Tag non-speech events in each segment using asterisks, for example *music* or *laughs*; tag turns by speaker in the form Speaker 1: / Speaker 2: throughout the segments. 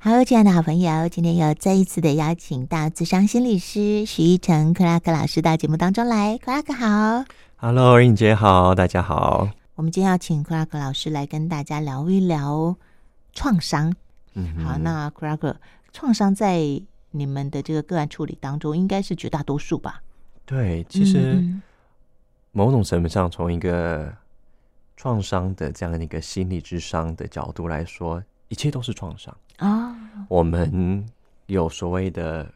Speaker 1: 好，亲爱的好朋友，今天又再一次的邀请到智商心理师许一成克拉克老师到节目当中来，克拉克好。
Speaker 2: Hello，颖姐好，大家好。
Speaker 1: 我们今天要请克拉克老师来跟大家聊一聊创伤。
Speaker 2: 嗯哼
Speaker 1: 好，那克拉克，创伤在你们的这个个案处理当中，应该是绝大多数吧？
Speaker 2: 对，其实
Speaker 1: 嗯
Speaker 2: 某种程度上，从一个创伤的这样的一个心理智商的角度来说，一切都是创伤。
Speaker 1: 嗯
Speaker 2: 我们有所谓的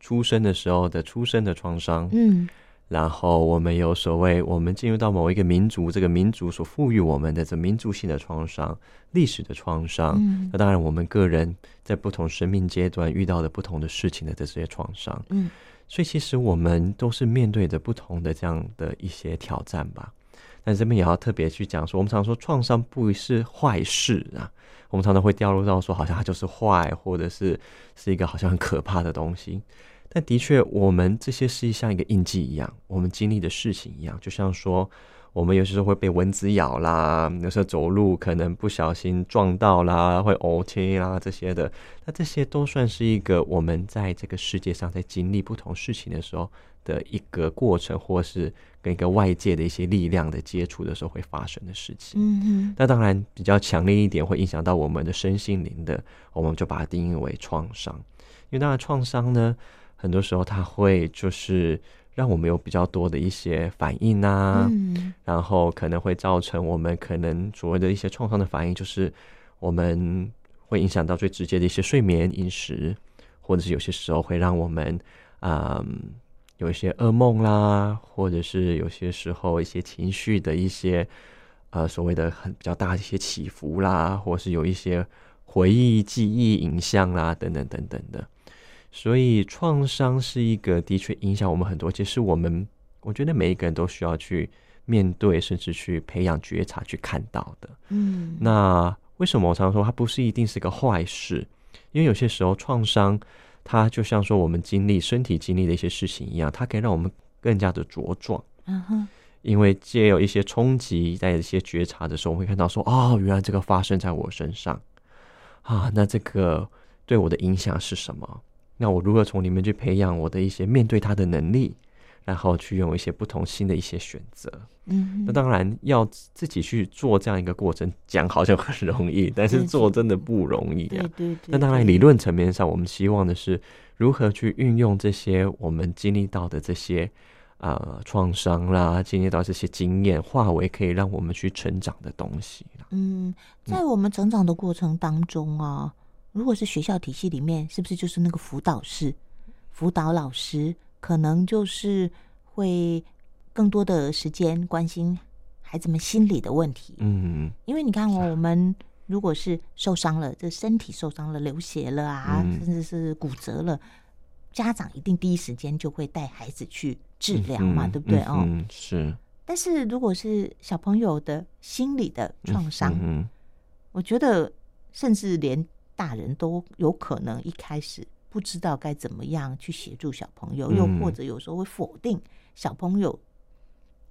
Speaker 2: 出生的时候的出生的创伤，
Speaker 1: 哦，嗯
Speaker 2: 然后我们有所谓我们进入到某一个民族，这个民族所赋予我们的这民族性的创伤、历史的创伤，
Speaker 1: 嗯
Speaker 2: 那当然我们个人在不同生命阶段遇到的不同的事情的这些创伤。
Speaker 1: 嗯
Speaker 2: 所以其实我们都是面对着不同的这样的一些挑战吧。但这边也要特别去讲说，我们常说创伤不是坏事啊，我们常常会掉入到说好像它就是坏，或者是是一个好像很可怕的东西。但的确，我们这些是像一个印记一样，我们经历的事情一样，就像说我们有些时候会被蚊子咬啦，有时候走路可能不小心撞到啦，会呕气啦这些的，那这些都算是一个我们在这个世界上在经历不同事情的时候的一个过程，或是跟一个外界的一些力量的接触的时候会发生的事情。
Speaker 1: 嗯
Speaker 2: 那当然比较强烈一点，会影响到我们的身心灵的，我们就把它定义为创伤。因为当然创伤呢，很多时候它会就是让我们有比较多的一些反应啊，
Speaker 1: 嗯
Speaker 2: 然后可能会造成我们可能所谓的一些创伤的反应，就是我们会影响到最直接的一些睡眠、饮食，或者是有些时候会让我们啊、嗯有一些噩梦啦，或者是有些时候一些情绪的一些呃所谓的很比较大的一些起伏啦，或是有一些回忆、记忆、影像啦等等等等的。所以创伤是一个的确影响我们很多，其实我们我觉得每一个人都需要去面对，甚至去培养觉察去看到的。
Speaker 1: 嗯
Speaker 2: 那为什么我常说它不是一定是个坏事？因为有些时候创伤，它就像说我们经历身体经历的一些事情一样，它可以让我们更加的茁壮。
Speaker 1: 嗯哼
Speaker 2: 因为借有一些冲击，在一些觉察的时候，我会看到说，哦，原来这个发生在我身上啊，那这个对我的影响是什么？那我如何从里面去培养我的一些面对它的能力，然后去用一些不同新的一些选择？
Speaker 1: 嗯哼，
Speaker 2: 那当然要自己去做这样一个过程，讲好像很容易，但是
Speaker 1: 对
Speaker 2: 做真的不容易
Speaker 1: 对
Speaker 2: 啊。
Speaker 1: 对对，
Speaker 2: 那当然，
Speaker 1: 对
Speaker 2: 理论层面上，我们希望的是如何去运用这些我们经历到的这些啊创、伤啦，经历到这些经验，化为可以让我们去成长的东西啦。
Speaker 1: 嗯，在我们成长的过程当中啊，如果是学校体系里面，是不是就是那个辅导室、辅导老师，可能就是会更多的时间关心孩子们心理的问题？
Speaker 2: 嗯
Speaker 1: 因为你看哦，我们如果是受伤了，这身体受伤了、流血了啊，
Speaker 2: 嗯
Speaker 1: 甚至是骨折了，家长一定第一时间就会带孩子去治疗嘛，
Speaker 2: 嗯
Speaker 1: 对不对？哦，
Speaker 2: 嗯，是
Speaker 1: 但是如果是小朋友的心理的创伤，
Speaker 2: 嗯
Speaker 1: 我觉得，甚至连大人都有可能一开始不知道该怎么样去协助小朋友，又
Speaker 2: 嗯
Speaker 1: 或者有时候会否定小朋友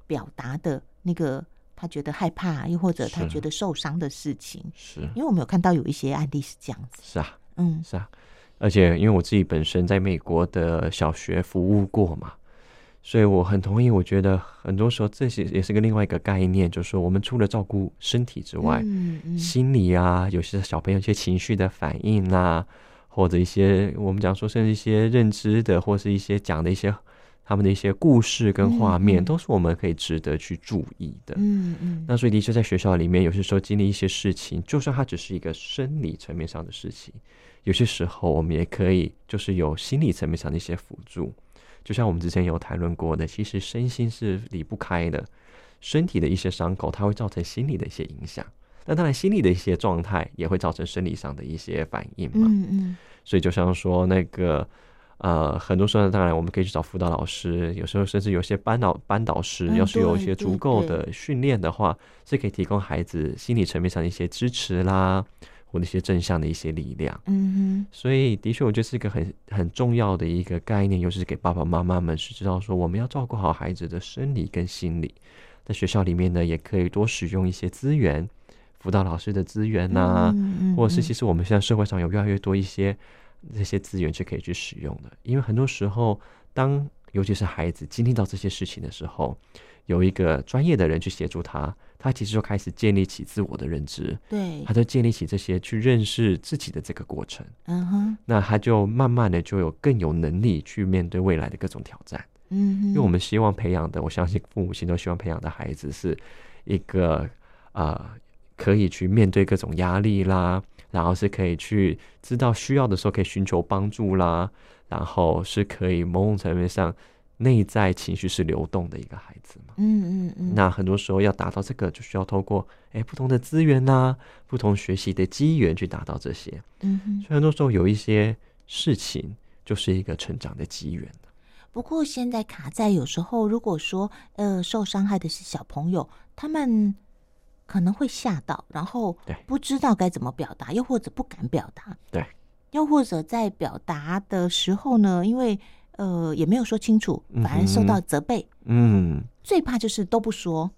Speaker 1: 表达的那个他觉得害怕，又或者他
Speaker 2: 是
Speaker 1: 觉得受伤的事情。
Speaker 2: 是
Speaker 1: 因为我们有看到有一些案例是这样子，
Speaker 2: 是啊，
Speaker 1: 嗯
Speaker 2: 是啊，而且因为我自己本身在美国的小学服务过嘛，所以我很同意。我觉得很多时候这些也是个另外一个概念，就是说我们除了照顾身体之外，
Speaker 1: 嗯嗯
Speaker 2: 心理啊，有些小朋友一些情绪的反应啊，或者一些我们讲说甚至一些认知的，或是一些讲的一些他们的一些故事跟画面，
Speaker 1: 嗯嗯
Speaker 2: 都是我们可以值得去注意的。
Speaker 1: 嗯嗯，
Speaker 2: 那所以的确在学校里面，有些时候经历一些事情，就算它只是一个生理层面上的事情，有些时候我们也可以就是有心理层面上的一些辅助。就像我们之前有谈论过的，其实身心是离不开的，身体的一些伤口它会造成心理的一些影响。那当然，心理的一些状态也会造成生理上的一些反应嘛。
Speaker 1: 嗯嗯
Speaker 2: 所以就像说那个，呃，很多时候当然我们可以去找辅导老师，有时候甚至有些班导班导师，
Speaker 1: 嗯
Speaker 2: 要是有一些
Speaker 1: 对
Speaker 2: 足
Speaker 1: 对
Speaker 2: 够
Speaker 1: 对
Speaker 2: 的训练的话，是可以提供孩子心理层面上的一些支持啦，或者一些正向的一些力量。
Speaker 1: 嗯
Speaker 2: 所以的确，我觉得是一个很很重要的一个概念，尤其是给爸爸妈妈们是知道说，我们要照顾好孩子的生理跟心理。在学校里面呢，也可以多使用一些资源，辅导老师的资源呐、啊，
Speaker 1: 嗯嗯
Speaker 2: 或者是
Speaker 1: 嗯
Speaker 2: 其实我们现在社会上有越来越多一些这些资源是可以去使用的，因为很多时候，当尤其是孩子经历到这些事情的时候，有一个专业的人去协助他，他其实就开始建立起自我的认知，
Speaker 1: 对
Speaker 2: 他，就建立起这些去认识自己的这个过程，
Speaker 1: 嗯哼，
Speaker 2: 那他就慢慢的就有更有能力去面对未来的各种挑战。
Speaker 1: 嗯哼，
Speaker 2: 因为我们希望培养的，我相信父母亲都希望培养的孩子是一个呃，可以去面对各种压力啦，然后是可以去知道需要的时候可以寻求帮助啦，然后是可以某种层面上内在情绪是流动的一个孩子嘛。
Speaker 1: 嗯嗯嗯，
Speaker 2: 那很多时候要达到这个，就需要透过诶不同的资源呐、不同学习的机缘去达到这些。
Speaker 1: 嗯哼
Speaker 2: 所。以很多时候有一些事情就是一个成长的机缘。
Speaker 1: 不过现在卡在有时候，如果说呃受伤害的是小朋友，他们可能会吓到，然后
Speaker 2: 对
Speaker 1: 不知道该怎么表达，又或者不敢表达，
Speaker 2: 对，
Speaker 1: 又或者在表达的时候呢，因为呃也没有说清楚，
Speaker 2: 嗯哼
Speaker 1: 反而受到责备。
Speaker 2: 嗯，
Speaker 1: 最怕就是都不说。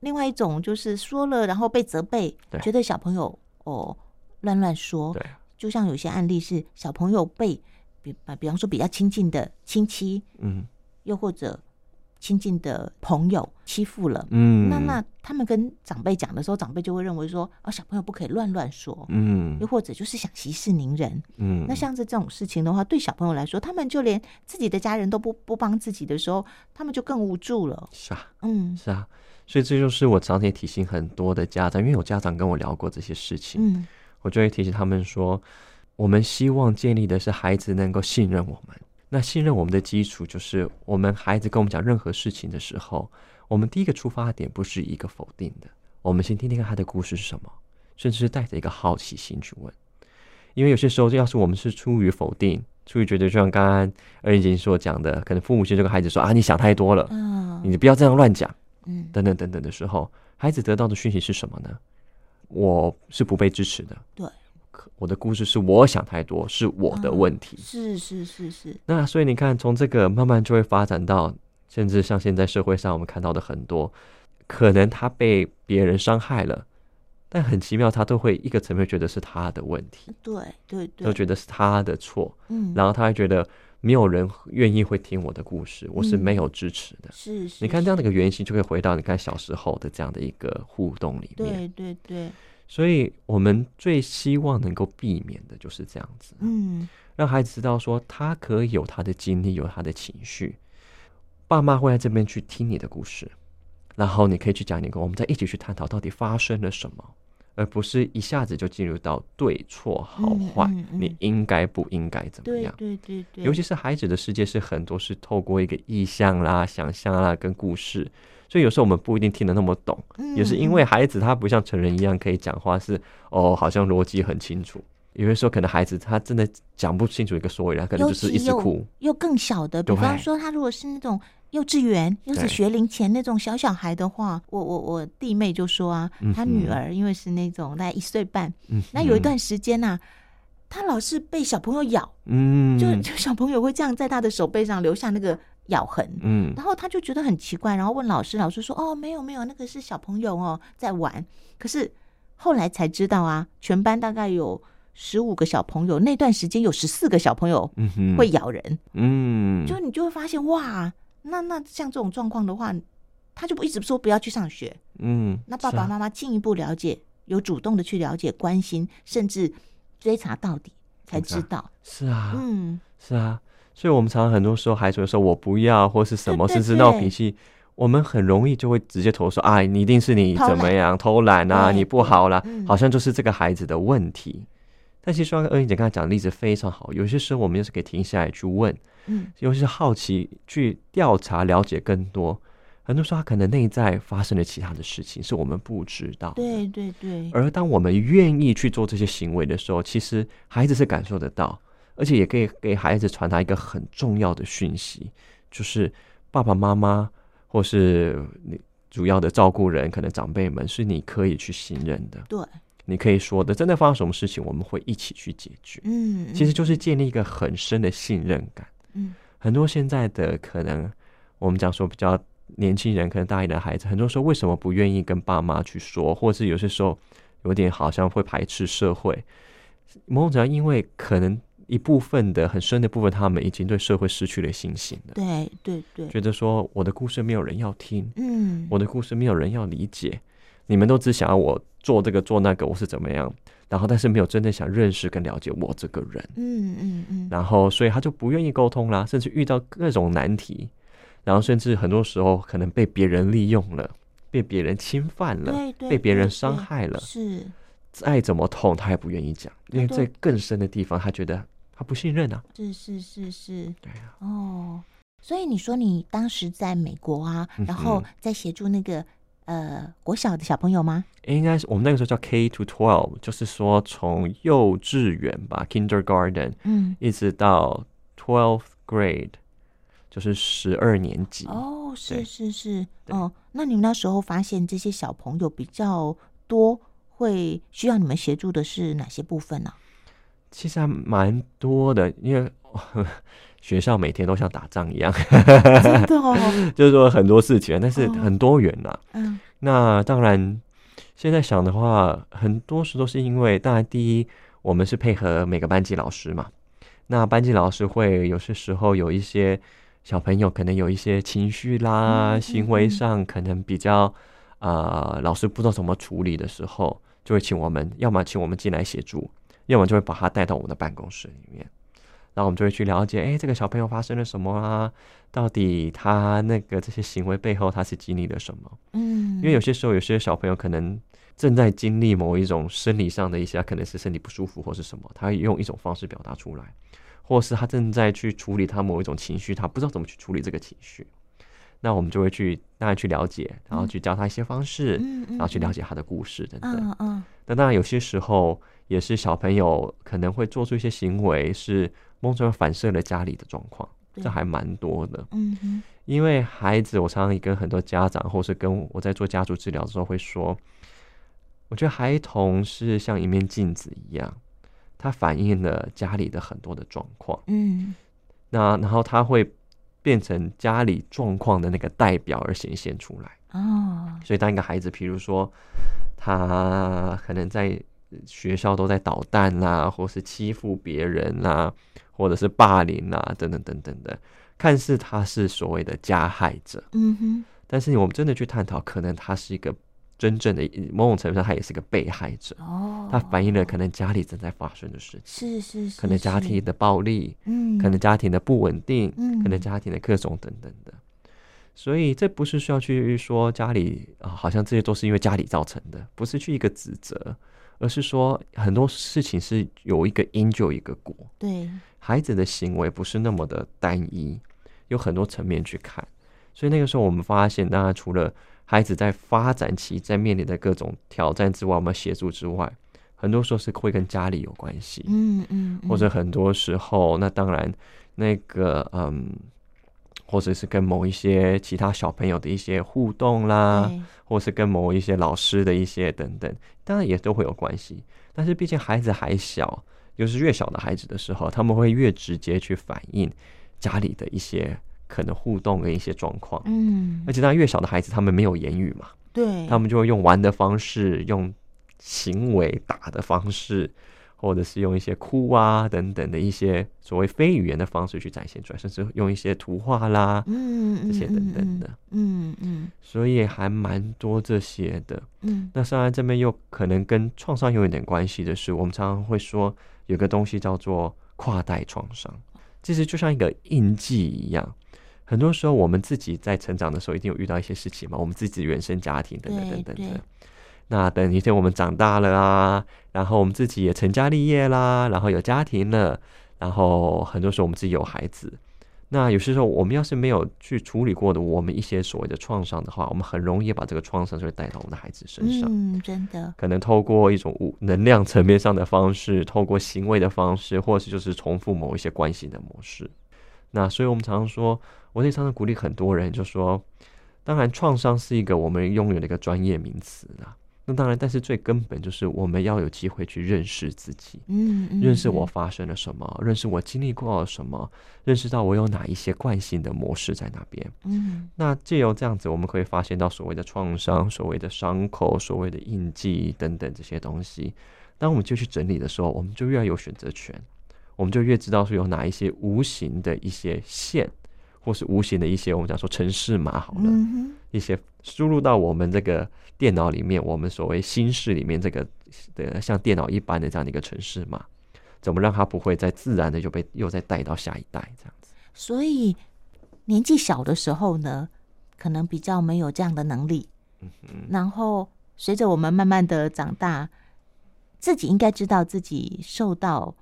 Speaker 1: 另外一种就是说了，然后被责备
Speaker 2: 对，
Speaker 1: 觉得小朋友哦乱乱说，
Speaker 2: 对。啊
Speaker 1: 就像有些案例是小朋友被比比方说比较亲近的亲戚，
Speaker 2: 嗯
Speaker 1: 又或者亲近的朋友欺负了，
Speaker 2: 嗯，
Speaker 1: 那那他们跟长辈讲的时候，长辈就会认为说，哦，小朋友不可以乱乱说，
Speaker 2: 嗯
Speaker 1: 又或者就是想息事宁人。
Speaker 2: 嗯，
Speaker 1: 那像是这种事情的话，对小朋友来说，他们就连自己的家人都不不帮自己的时候，他们就更无助了。
Speaker 2: 是啊
Speaker 1: 嗯
Speaker 2: 是啊，所以这就是我常常也提醒很多的家长，因为有家长跟我聊过这些事情，
Speaker 1: 嗯
Speaker 2: 我就会提醒他们说，我们希望建立的是孩子能够信任我们。那信任我们的基础就是，我们孩子跟我们讲任何事情的时候，我们第一个出发点不是一个否定的，我们先听听看他的故事是什么，甚至是带着一个好奇心去问。因为有些时候，要是我们是出于否定，出于觉得就像刚刚二姐所讲的，可能父母亲就跟孩子说啊，你想太多了，
Speaker 1: 嗯
Speaker 2: 你不要这样乱讲，
Speaker 1: 嗯，
Speaker 2: 等等等等的时候，孩子得到的讯息是什么呢？我是不被支持的，
Speaker 1: 对
Speaker 2: 可，我的故事是我想太多，是我的问题。
Speaker 1: 是是是是，
Speaker 2: 那所以你看，从这个慢慢就会发展到，甚至像现在社会上我们看到的很多，可能他被别人伤害了，但很奇妙，他都会一个层面觉得是他的问题，
Speaker 1: 对对
Speaker 2: 都
Speaker 1: 对，
Speaker 2: 觉得是他的错，
Speaker 1: 嗯，
Speaker 2: 然后他会觉得没有人愿意会听我的故事，我是
Speaker 1: 嗯
Speaker 2: 没有支持的。
Speaker 1: 是是，
Speaker 2: 你看这样的
Speaker 1: 是
Speaker 2: 一个原型，就可以回到你看小时候的这样的一个互动里面。
Speaker 1: 对对对，
Speaker 2: 所以，我们最希望能够避免的就是这样子，
Speaker 1: 嗯
Speaker 2: 让孩子知道说，他可以有他的经历，有他的情绪。爸妈会在这边去听你的故事，然后你可以去讲你的故事，我们再一起去探讨到底发生了什么，而不是一下子就进入到对错好
Speaker 1: 嗯
Speaker 2: 坏，
Speaker 1: 嗯嗯
Speaker 2: 你应该不应该怎么
Speaker 1: 对
Speaker 2: 样。
Speaker 1: 对对对，
Speaker 2: 尤其是孩子的世界是很多是透过一个意象啦、想象啦跟故事，所以有时候我们不一定听得那么懂，
Speaker 1: 嗯
Speaker 2: 也是因为孩子他不像成人一样可以讲话是哦，好像逻辑很清楚。有些时候可能孩子他真的讲不清楚一个所以然，可能就是一直哭。
Speaker 1: 又更小的，比
Speaker 2: 对
Speaker 1: 方说他如果是那种幼稚园、幼稚
Speaker 2: 对
Speaker 1: 学龄前那种小小孩的话，我我我弟妹就说啊，她
Speaker 2: 嗯哼
Speaker 1: 女儿因为是那种大概一岁半，
Speaker 2: 嗯，
Speaker 1: 那有一段时间呐、她老是被小朋友咬，
Speaker 2: 嗯，
Speaker 1: 就就小朋友会这样在她的手背上留下那个咬痕。
Speaker 2: 嗯
Speaker 1: 然后她就觉得很奇怪，然后问老师，老师说：“哦，没有没有，那个是小朋友哦，在玩。”可是后来才知道啊，全班大概有十五个小朋友，那段时间有十四个小朋友
Speaker 2: 嗯哼
Speaker 1: 会咬人，
Speaker 2: 嗯
Speaker 1: 就你就会发现哇，那那像这种状况的话，他就不一直说不要去上学。
Speaker 2: 嗯，
Speaker 1: 那爸
Speaker 2: 是啊
Speaker 1: 爸妈妈进一步了解，有主动的去了解、关心，甚至追查到底，才知道。
Speaker 2: 是啊，
Speaker 1: 嗯，
Speaker 2: 是啊，所以我们常常很多时候孩子会说“我不要”或是什么，
Speaker 1: 对对
Speaker 2: 甚至闹
Speaker 1: 对
Speaker 2: 脾气，我们很容易就会直接投说：“哎，你一定是你
Speaker 1: 偷
Speaker 2: 怎么
Speaker 1: 懒
Speaker 2: 样偷懒啊，
Speaker 1: 对
Speaker 2: 你不好啦，
Speaker 1: 嗯
Speaker 2: 好像就是这个孩子的问题。”但其实刚刚二英姐刚才讲的例子非常好，有些时候我们就是可以停下来去问，
Speaker 1: 嗯，
Speaker 2: 尤其是好奇去调查了解更多。很多时候他可能内在发生了其他的事情，是我们不知道的。
Speaker 1: 对对对，
Speaker 2: 而当我们愿意去做这些行为的时候，其实孩子是感受得到，而且也可以给孩子传达一个很重要的讯息，就是爸爸妈妈或是你主要的照顾人，可能长辈们是你可以去信任的，
Speaker 1: 对，
Speaker 2: 你可以说的，真的发生什么事情，我们会一起去解决。
Speaker 1: 嗯，
Speaker 2: 其实就是建立一个很深的信任感。
Speaker 1: 嗯，
Speaker 2: 很多现在的可能，我们讲说比较年轻人，可能大一点的孩子，很多时候为什么不愿意跟爸妈去说，或是有些时候有点好像会排斥社会。某种程度上因为可能一部分的很深的部分，他们已经对社会失去了信心了，
Speaker 1: 对对对，
Speaker 2: 觉得说我的故事没有人要听，
Speaker 1: 嗯，
Speaker 2: 我的故事没有人要理解，你们都只想要我做这个做那个，我是怎么样，然后但是没有真正想认识跟了解我这个人。
Speaker 1: 嗯嗯嗯，
Speaker 2: 然后所以他就不愿意沟通啦，甚至遇到各种难题，然后甚至很多时候可能被别人利用了，被别人侵犯了，
Speaker 1: 对对，
Speaker 2: 被别人
Speaker 1: 对
Speaker 2: 伤
Speaker 1: 对
Speaker 2: 害了
Speaker 1: 是
Speaker 2: 再怎么痛他也不愿意讲，因为
Speaker 1: 对
Speaker 2: 在更深的地方他觉得他不信任啊，
Speaker 1: 是是是是，
Speaker 2: 对啊，
Speaker 1: 哦，所以你说你当时在美国啊，然后
Speaker 2: 嗯
Speaker 1: 在协助那个呃国小的小朋友吗？
Speaker 2: 应该是我们那个时候叫 K to twelve，就是说从幼稚园吧 kindergarten
Speaker 1: 嗯，
Speaker 2: 一直到 twelfth grade，就是十二年级。
Speaker 1: 哦，是
Speaker 2: 嗯对
Speaker 1: 是是，
Speaker 2: 对
Speaker 1: 哦，那你们那时候发现这些小朋友比较多，会需要你们协助的是哪些部分啊
Speaker 2: *laughs*
Speaker 1: 呢、
Speaker 2: 其实还蛮多的，因为 *laughs* 呵呵学校每天都像打仗一样， *laughs*
Speaker 1: 真的哦，
Speaker 2: 就是说很多事情，但是
Speaker 1: 哦
Speaker 2: 很多元啊啦、
Speaker 1: 嗯
Speaker 2: 那当然，现在想的话，很多时都是因为，当然第一，我们是配合每个班级老师嘛。那班级老师会有些时候有一些小朋友可能有一些情绪啦、
Speaker 1: 嗯嗯
Speaker 2: 行为
Speaker 1: 嗯
Speaker 2: 上可能比较呃，老师不知道怎么处理的时候，就会请我们，要么请我们进来协助，要么就会把他带到我们的办公室里面。然后我们就会去了解，哎，这个小朋友发生了什么啊？到底他那个这些行为背后，他是经历了什么？
Speaker 1: 嗯，
Speaker 2: 因为有些时候，有些小朋友可能正在经历某一种生理上的一些，他可能是身体不舒服或是什么，他用一种方式表达出来，或是他正在去处理他某一种情绪，他不知道怎么去处理这个情绪，那我们就会去当然去了解，然后去教他一些方式，
Speaker 1: 嗯嗯，
Speaker 2: 然后去了
Speaker 1: 解，
Speaker 2: 解他的故事等等。
Speaker 1: 嗯嗯
Speaker 2: 那当然，有些时候也是小朋友可能会做出一些行为，是某种程度反射了家里的状况，
Speaker 1: 对
Speaker 2: 这还蛮多的。
Speaker 1: 嗯哼
Speaker 2: 因为孩子，我常常也跟很多家长，或是跟我在做家族治疗的时候会说，我觉得孩童是像一面镜子一样，它反映了家里的很多的状况。
Speaker 1: 嗯，
Speaker 2: 那然后他会变成家里状况的那个代表而显现出来。
Speaker 1: 哦，
Speaker 2: 所以当一个孩子，比如说他可能在学校都在捣蛋啦，或是欺负别人啦，或者是霸凌啦，等等等等的，看似他是所谓的加害者，
Speaker 1: 嗯哼，
Speaker 2: 但是我们真的去探讨，可能他是一个真正的某种程度上，他也是个被害者。
Speaker 1: 哦，
Speaker 2: 他反映了可能家里正在发生的事
Speaker 1: 是
Speaker 2: 情，
Speaker 1: 是是，
Speaker 2: 可能家
Speaker 1: 是
Speaker 2: 庭，的暴力，
Speaker 1: 嗯，
Speaker 2: 可能家庭的不稳定，
Speaker 1: 嗯，
Speaker 2: 可能家庭的各种等等的。所以这不是需要去说家里啊，好像这些都是因为家里造成的，不是去一个指责，而是说很多事情是有一个因就有一个果，
Speaker 1: 对，
Speaker 2: 孩子的行为不是那么的单一，有很多层面去看。所以那个时候我们发现，当然除了孩子在发展期在面临的各种挑战之外，我们协助之外，很多时候是会跟家里有关系。
Speaker 1: 嗯嗯，
Speaker 2: 或者
Speaker 1: 嗯
Speaker 2: 很多时候，那当然，那个嗯，或者是跟某一些其他小朋友的一些互动啦，
Speaker 1: 对
Speaker 2: 或是跟某一些老师的一些等等，当然也都会有关系。但是毕竟孩子还小，就是越小的孩子的时候，他们会越直接去反映家里的一些可能互动的一些状况。
Speaker 1: 嗯
Speaker 2: 而，且，当然越小的孩子，他们没有言语嘛，
Speaker 1: 对，
Speaker 2: 他们就会用玩的方式，用行为打的方式，或者是用一些哭啊等等的一些所谓非语言的方式去展现出来，甚至用一些图画啦
Speaker 1: 嗯
Speaker 2: 这些等等
Speaker 1: 嗯
Speaker 2: 的，
Speaker 1: 嗯嗯
Speaker 2: 所以还蛮多这些的。
Speaker 1: 嗯
Speaker 2: 那当然这边又可能跟创伤有一点关系的是，我们常常会说有个东西叫做跨代创伤，其实就像一个印记一样。很多时候，我们自己在成长的时候，一定有遇到一些事情嘛，我们自己的原生家庭等等
Speaker 1: 对
Speaker 2: 等等
Speaker 1: 对
Speaker 2: 的。那等一天我们长大了啊，然后我们自己也成家立业啦，然后有家庭了，然后很多时候我们自己有孩子。那有些时候，我们要是没有去处理过的我们一些所谓的创伤的话，我们很容易把这个创伤就会带到我们的孩子身上。
Speaker 1: 嗯，真的，
Speaker 2: 可能透过一种物能量层面上的方式，透过行为的方式，或是就是重复某一些关系的模式。那所以我们常常说，我也常常鼓励很多人，就说，当然创伤是一个我们拥有的一个专业名词啦。啊那当然，但是最根本就是我们要有机会去认识自己，
Speaker 1: 嗯，嗯
Speaker 2: 认识我，发生了什么，认识我经历过了什么，认识到我有哪一些惯性的模式在那边。
Speaker 1: 嗯
Speaker 2: 那借由这样子，我们可以发现到所谓的创伤、所谓的伤口、所谓的印记等等这些东西。当我们就去整理的时候，我们就越有选择权，我们就越知道是有哪一些无形的一些线，或是无形的一些我们讲说城市码好了，
Speaker 1: 嗯哼，
Speaker 2: 一些输入到我们这个电脑里面，我们所谓心室里面这个的像电脑一般的这样的一个城市码，怎么让它不会再自然的就被又再带到下一代这样子？
Speaker 1: 所以年纪小的时候呢，可能比较没有这样的能力。
Speaker 2: 嗯
Speaker 1: 然后随着我们慢慢的长大，自己应该知道自己受到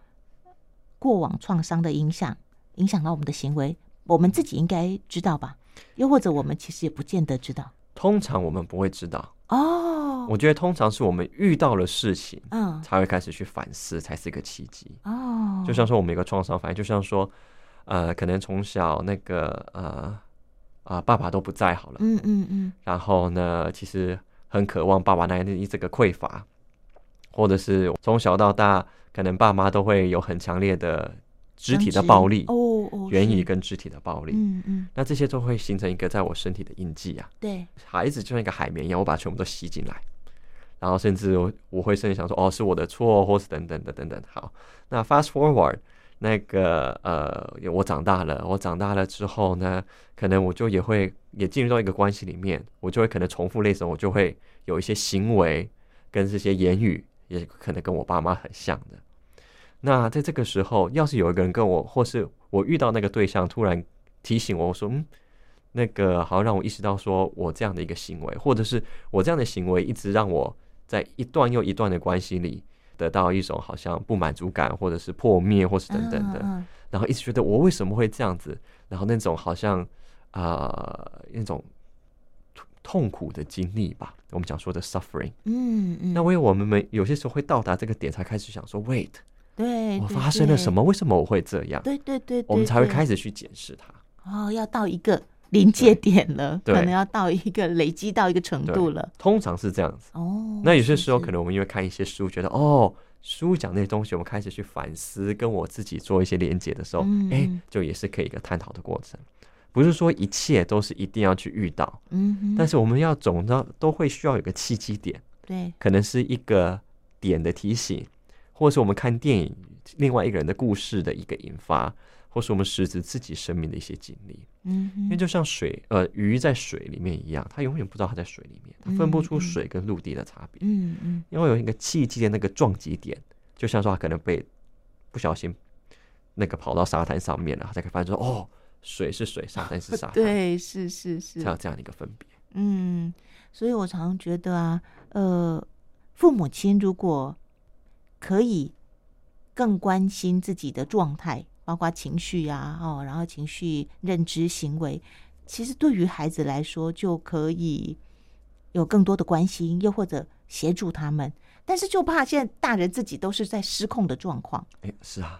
Speaker 1: 过往创伤的影响，影响到我们的行为，我们自己应该知道吧？又或者我们其实也不见得知道
Speaker 2: 通常我们不会知道，
Speaker 1: 哦，
Speaker 2: 我觉得通常是我们遇到了事情
Speaker 1: 嗯，
Speaker 2: 才会开始去反思，才是一个契机。
Speaker 1: 哦，
Speaker 2: 就像说我们有一个创伤反应，就像说，呃，可能从小那个呃啊、爸爸都不在好了，
Speaker 1: 嗯嗯嗯
Speaker 2: 然后呢，其实很渴望爸爸那一这个匮乏，或者是从小到大，可能爸妈都会有很强烈的肢体的暴力
Speaker 1: 争执，哦哦，
Speaker 2: 言语
Speaker 1: 是
Speaker 2: 跟肢体的暴力，
Speaker 1: 嗯嗯，
Speaker 2: 那这些都会形成一个在我身体的印记啊。
Speaker 1: 对，
Speaker 2: 孩子就像一个海绵一样，我把它全部都吸进来，然后甚至我我会甚至想说，哦，是我的错，或是等等的等等。好，那 fast forward，那个呃，我长大了，我长大了之后呢，可能我就也会也进入到一个关系里面，我就会可能重复类似，我就会有一些行为跟这些言语，也可能跟我爸妈很像的。那在这个时候，要是有一个人跟我，或是我遇到那个对象，突然提醒我，我说，嗯，那个好像让我意识到说我这样的一个行为，或者是我这样的行为一直让我在一段又一段的关系里得到一种好像不满足感，或者是破灭，或是等等的，
Speaker 1: 嗯嗯
Speaker 2: 然后一直觉得我为什么会这样子，然后那种好像啊、呃那种痛痛苦的经历吧，我们讲说的 suffering。
Speaker 1: 嗯嗯，
Speaker 2: 那为我们没有些时候会到达这个点，才开始想说 wait，
Speaker 1: 对，
Speaker 2: 我
Speaker 1: 对
Speaker 2: 发生了什？么？为什么我会这样？
Speaker 1: 对对对对对，
Speaker 2: 我们才会开
Speaker 1: 始
Speaker 2: 始去检视它。
Speaker 1: 哦，要到一个临界点了，
Speaker 2: 对
Speaker 1: 可能要到一个累积到一个程度了。
Speaker 2: 通常是这样子。
Speaker 1: 哦，
Speaker 2: 那有些时候
Speaker 1: 是
Speaker 2: 可能我们因为看一些书，觉得哦，书讲那些东西，我们开始去反思，跟我自己做一些连接的时候，
Speaker 1: 嗯
Speaker 2: 哎、
Speaker 1: 嗯
Speaker 2: 就也是可以一个探讨的过程。不是说一切都是一定要去遇到，
Speaker 1: 是嗯哼，
Speaker 2: 但是我们要总要都会需要有个契机点，
Speaker 1: 对，
Speaker 2: 可能是一个点的提醒，或是我们看电影另外一个人的故事的一个引发，或是我们实质自己生命的一些经历。
Speaker 1: 嗯
Speaker 2: 因为
Speaker 1: 哼，
Speaker 2: 就像水，呃，鱼在水里面一样，它永远不知道它在水里面，它分不
Speaker 1: 嗯
Speaker 2: 出
Speaker 1: 嗯
Speaker 2: 水跟陆地的差别。
Speaker 1: 嗯
Speaker 2: *laughs*
Speaker 1: 嗯
Speaker 2: 因为有一个契机的那个撞击点，就像说他可能被不小心那个跑到沙滩上面了，他才可以发现说哦，水是水，沙滩是沙
Speaker 1: *laughs*
Speaker 2: 滩，
Speaker 1: 对，是是是
Speaker 2: 才，有这样的一个分别。
Speaker 1: 嗯，所以我常觉得啊，呃，父母亲如果可以更关心自己的状态，包括情绪啊，哦，然后情绪、认知、行为，其实对于孩子来说就可以有更多的关心，又或者协助他们。但是就怕现在大人自己都是在失控的状况，
Speaker 2: 哎，是啊，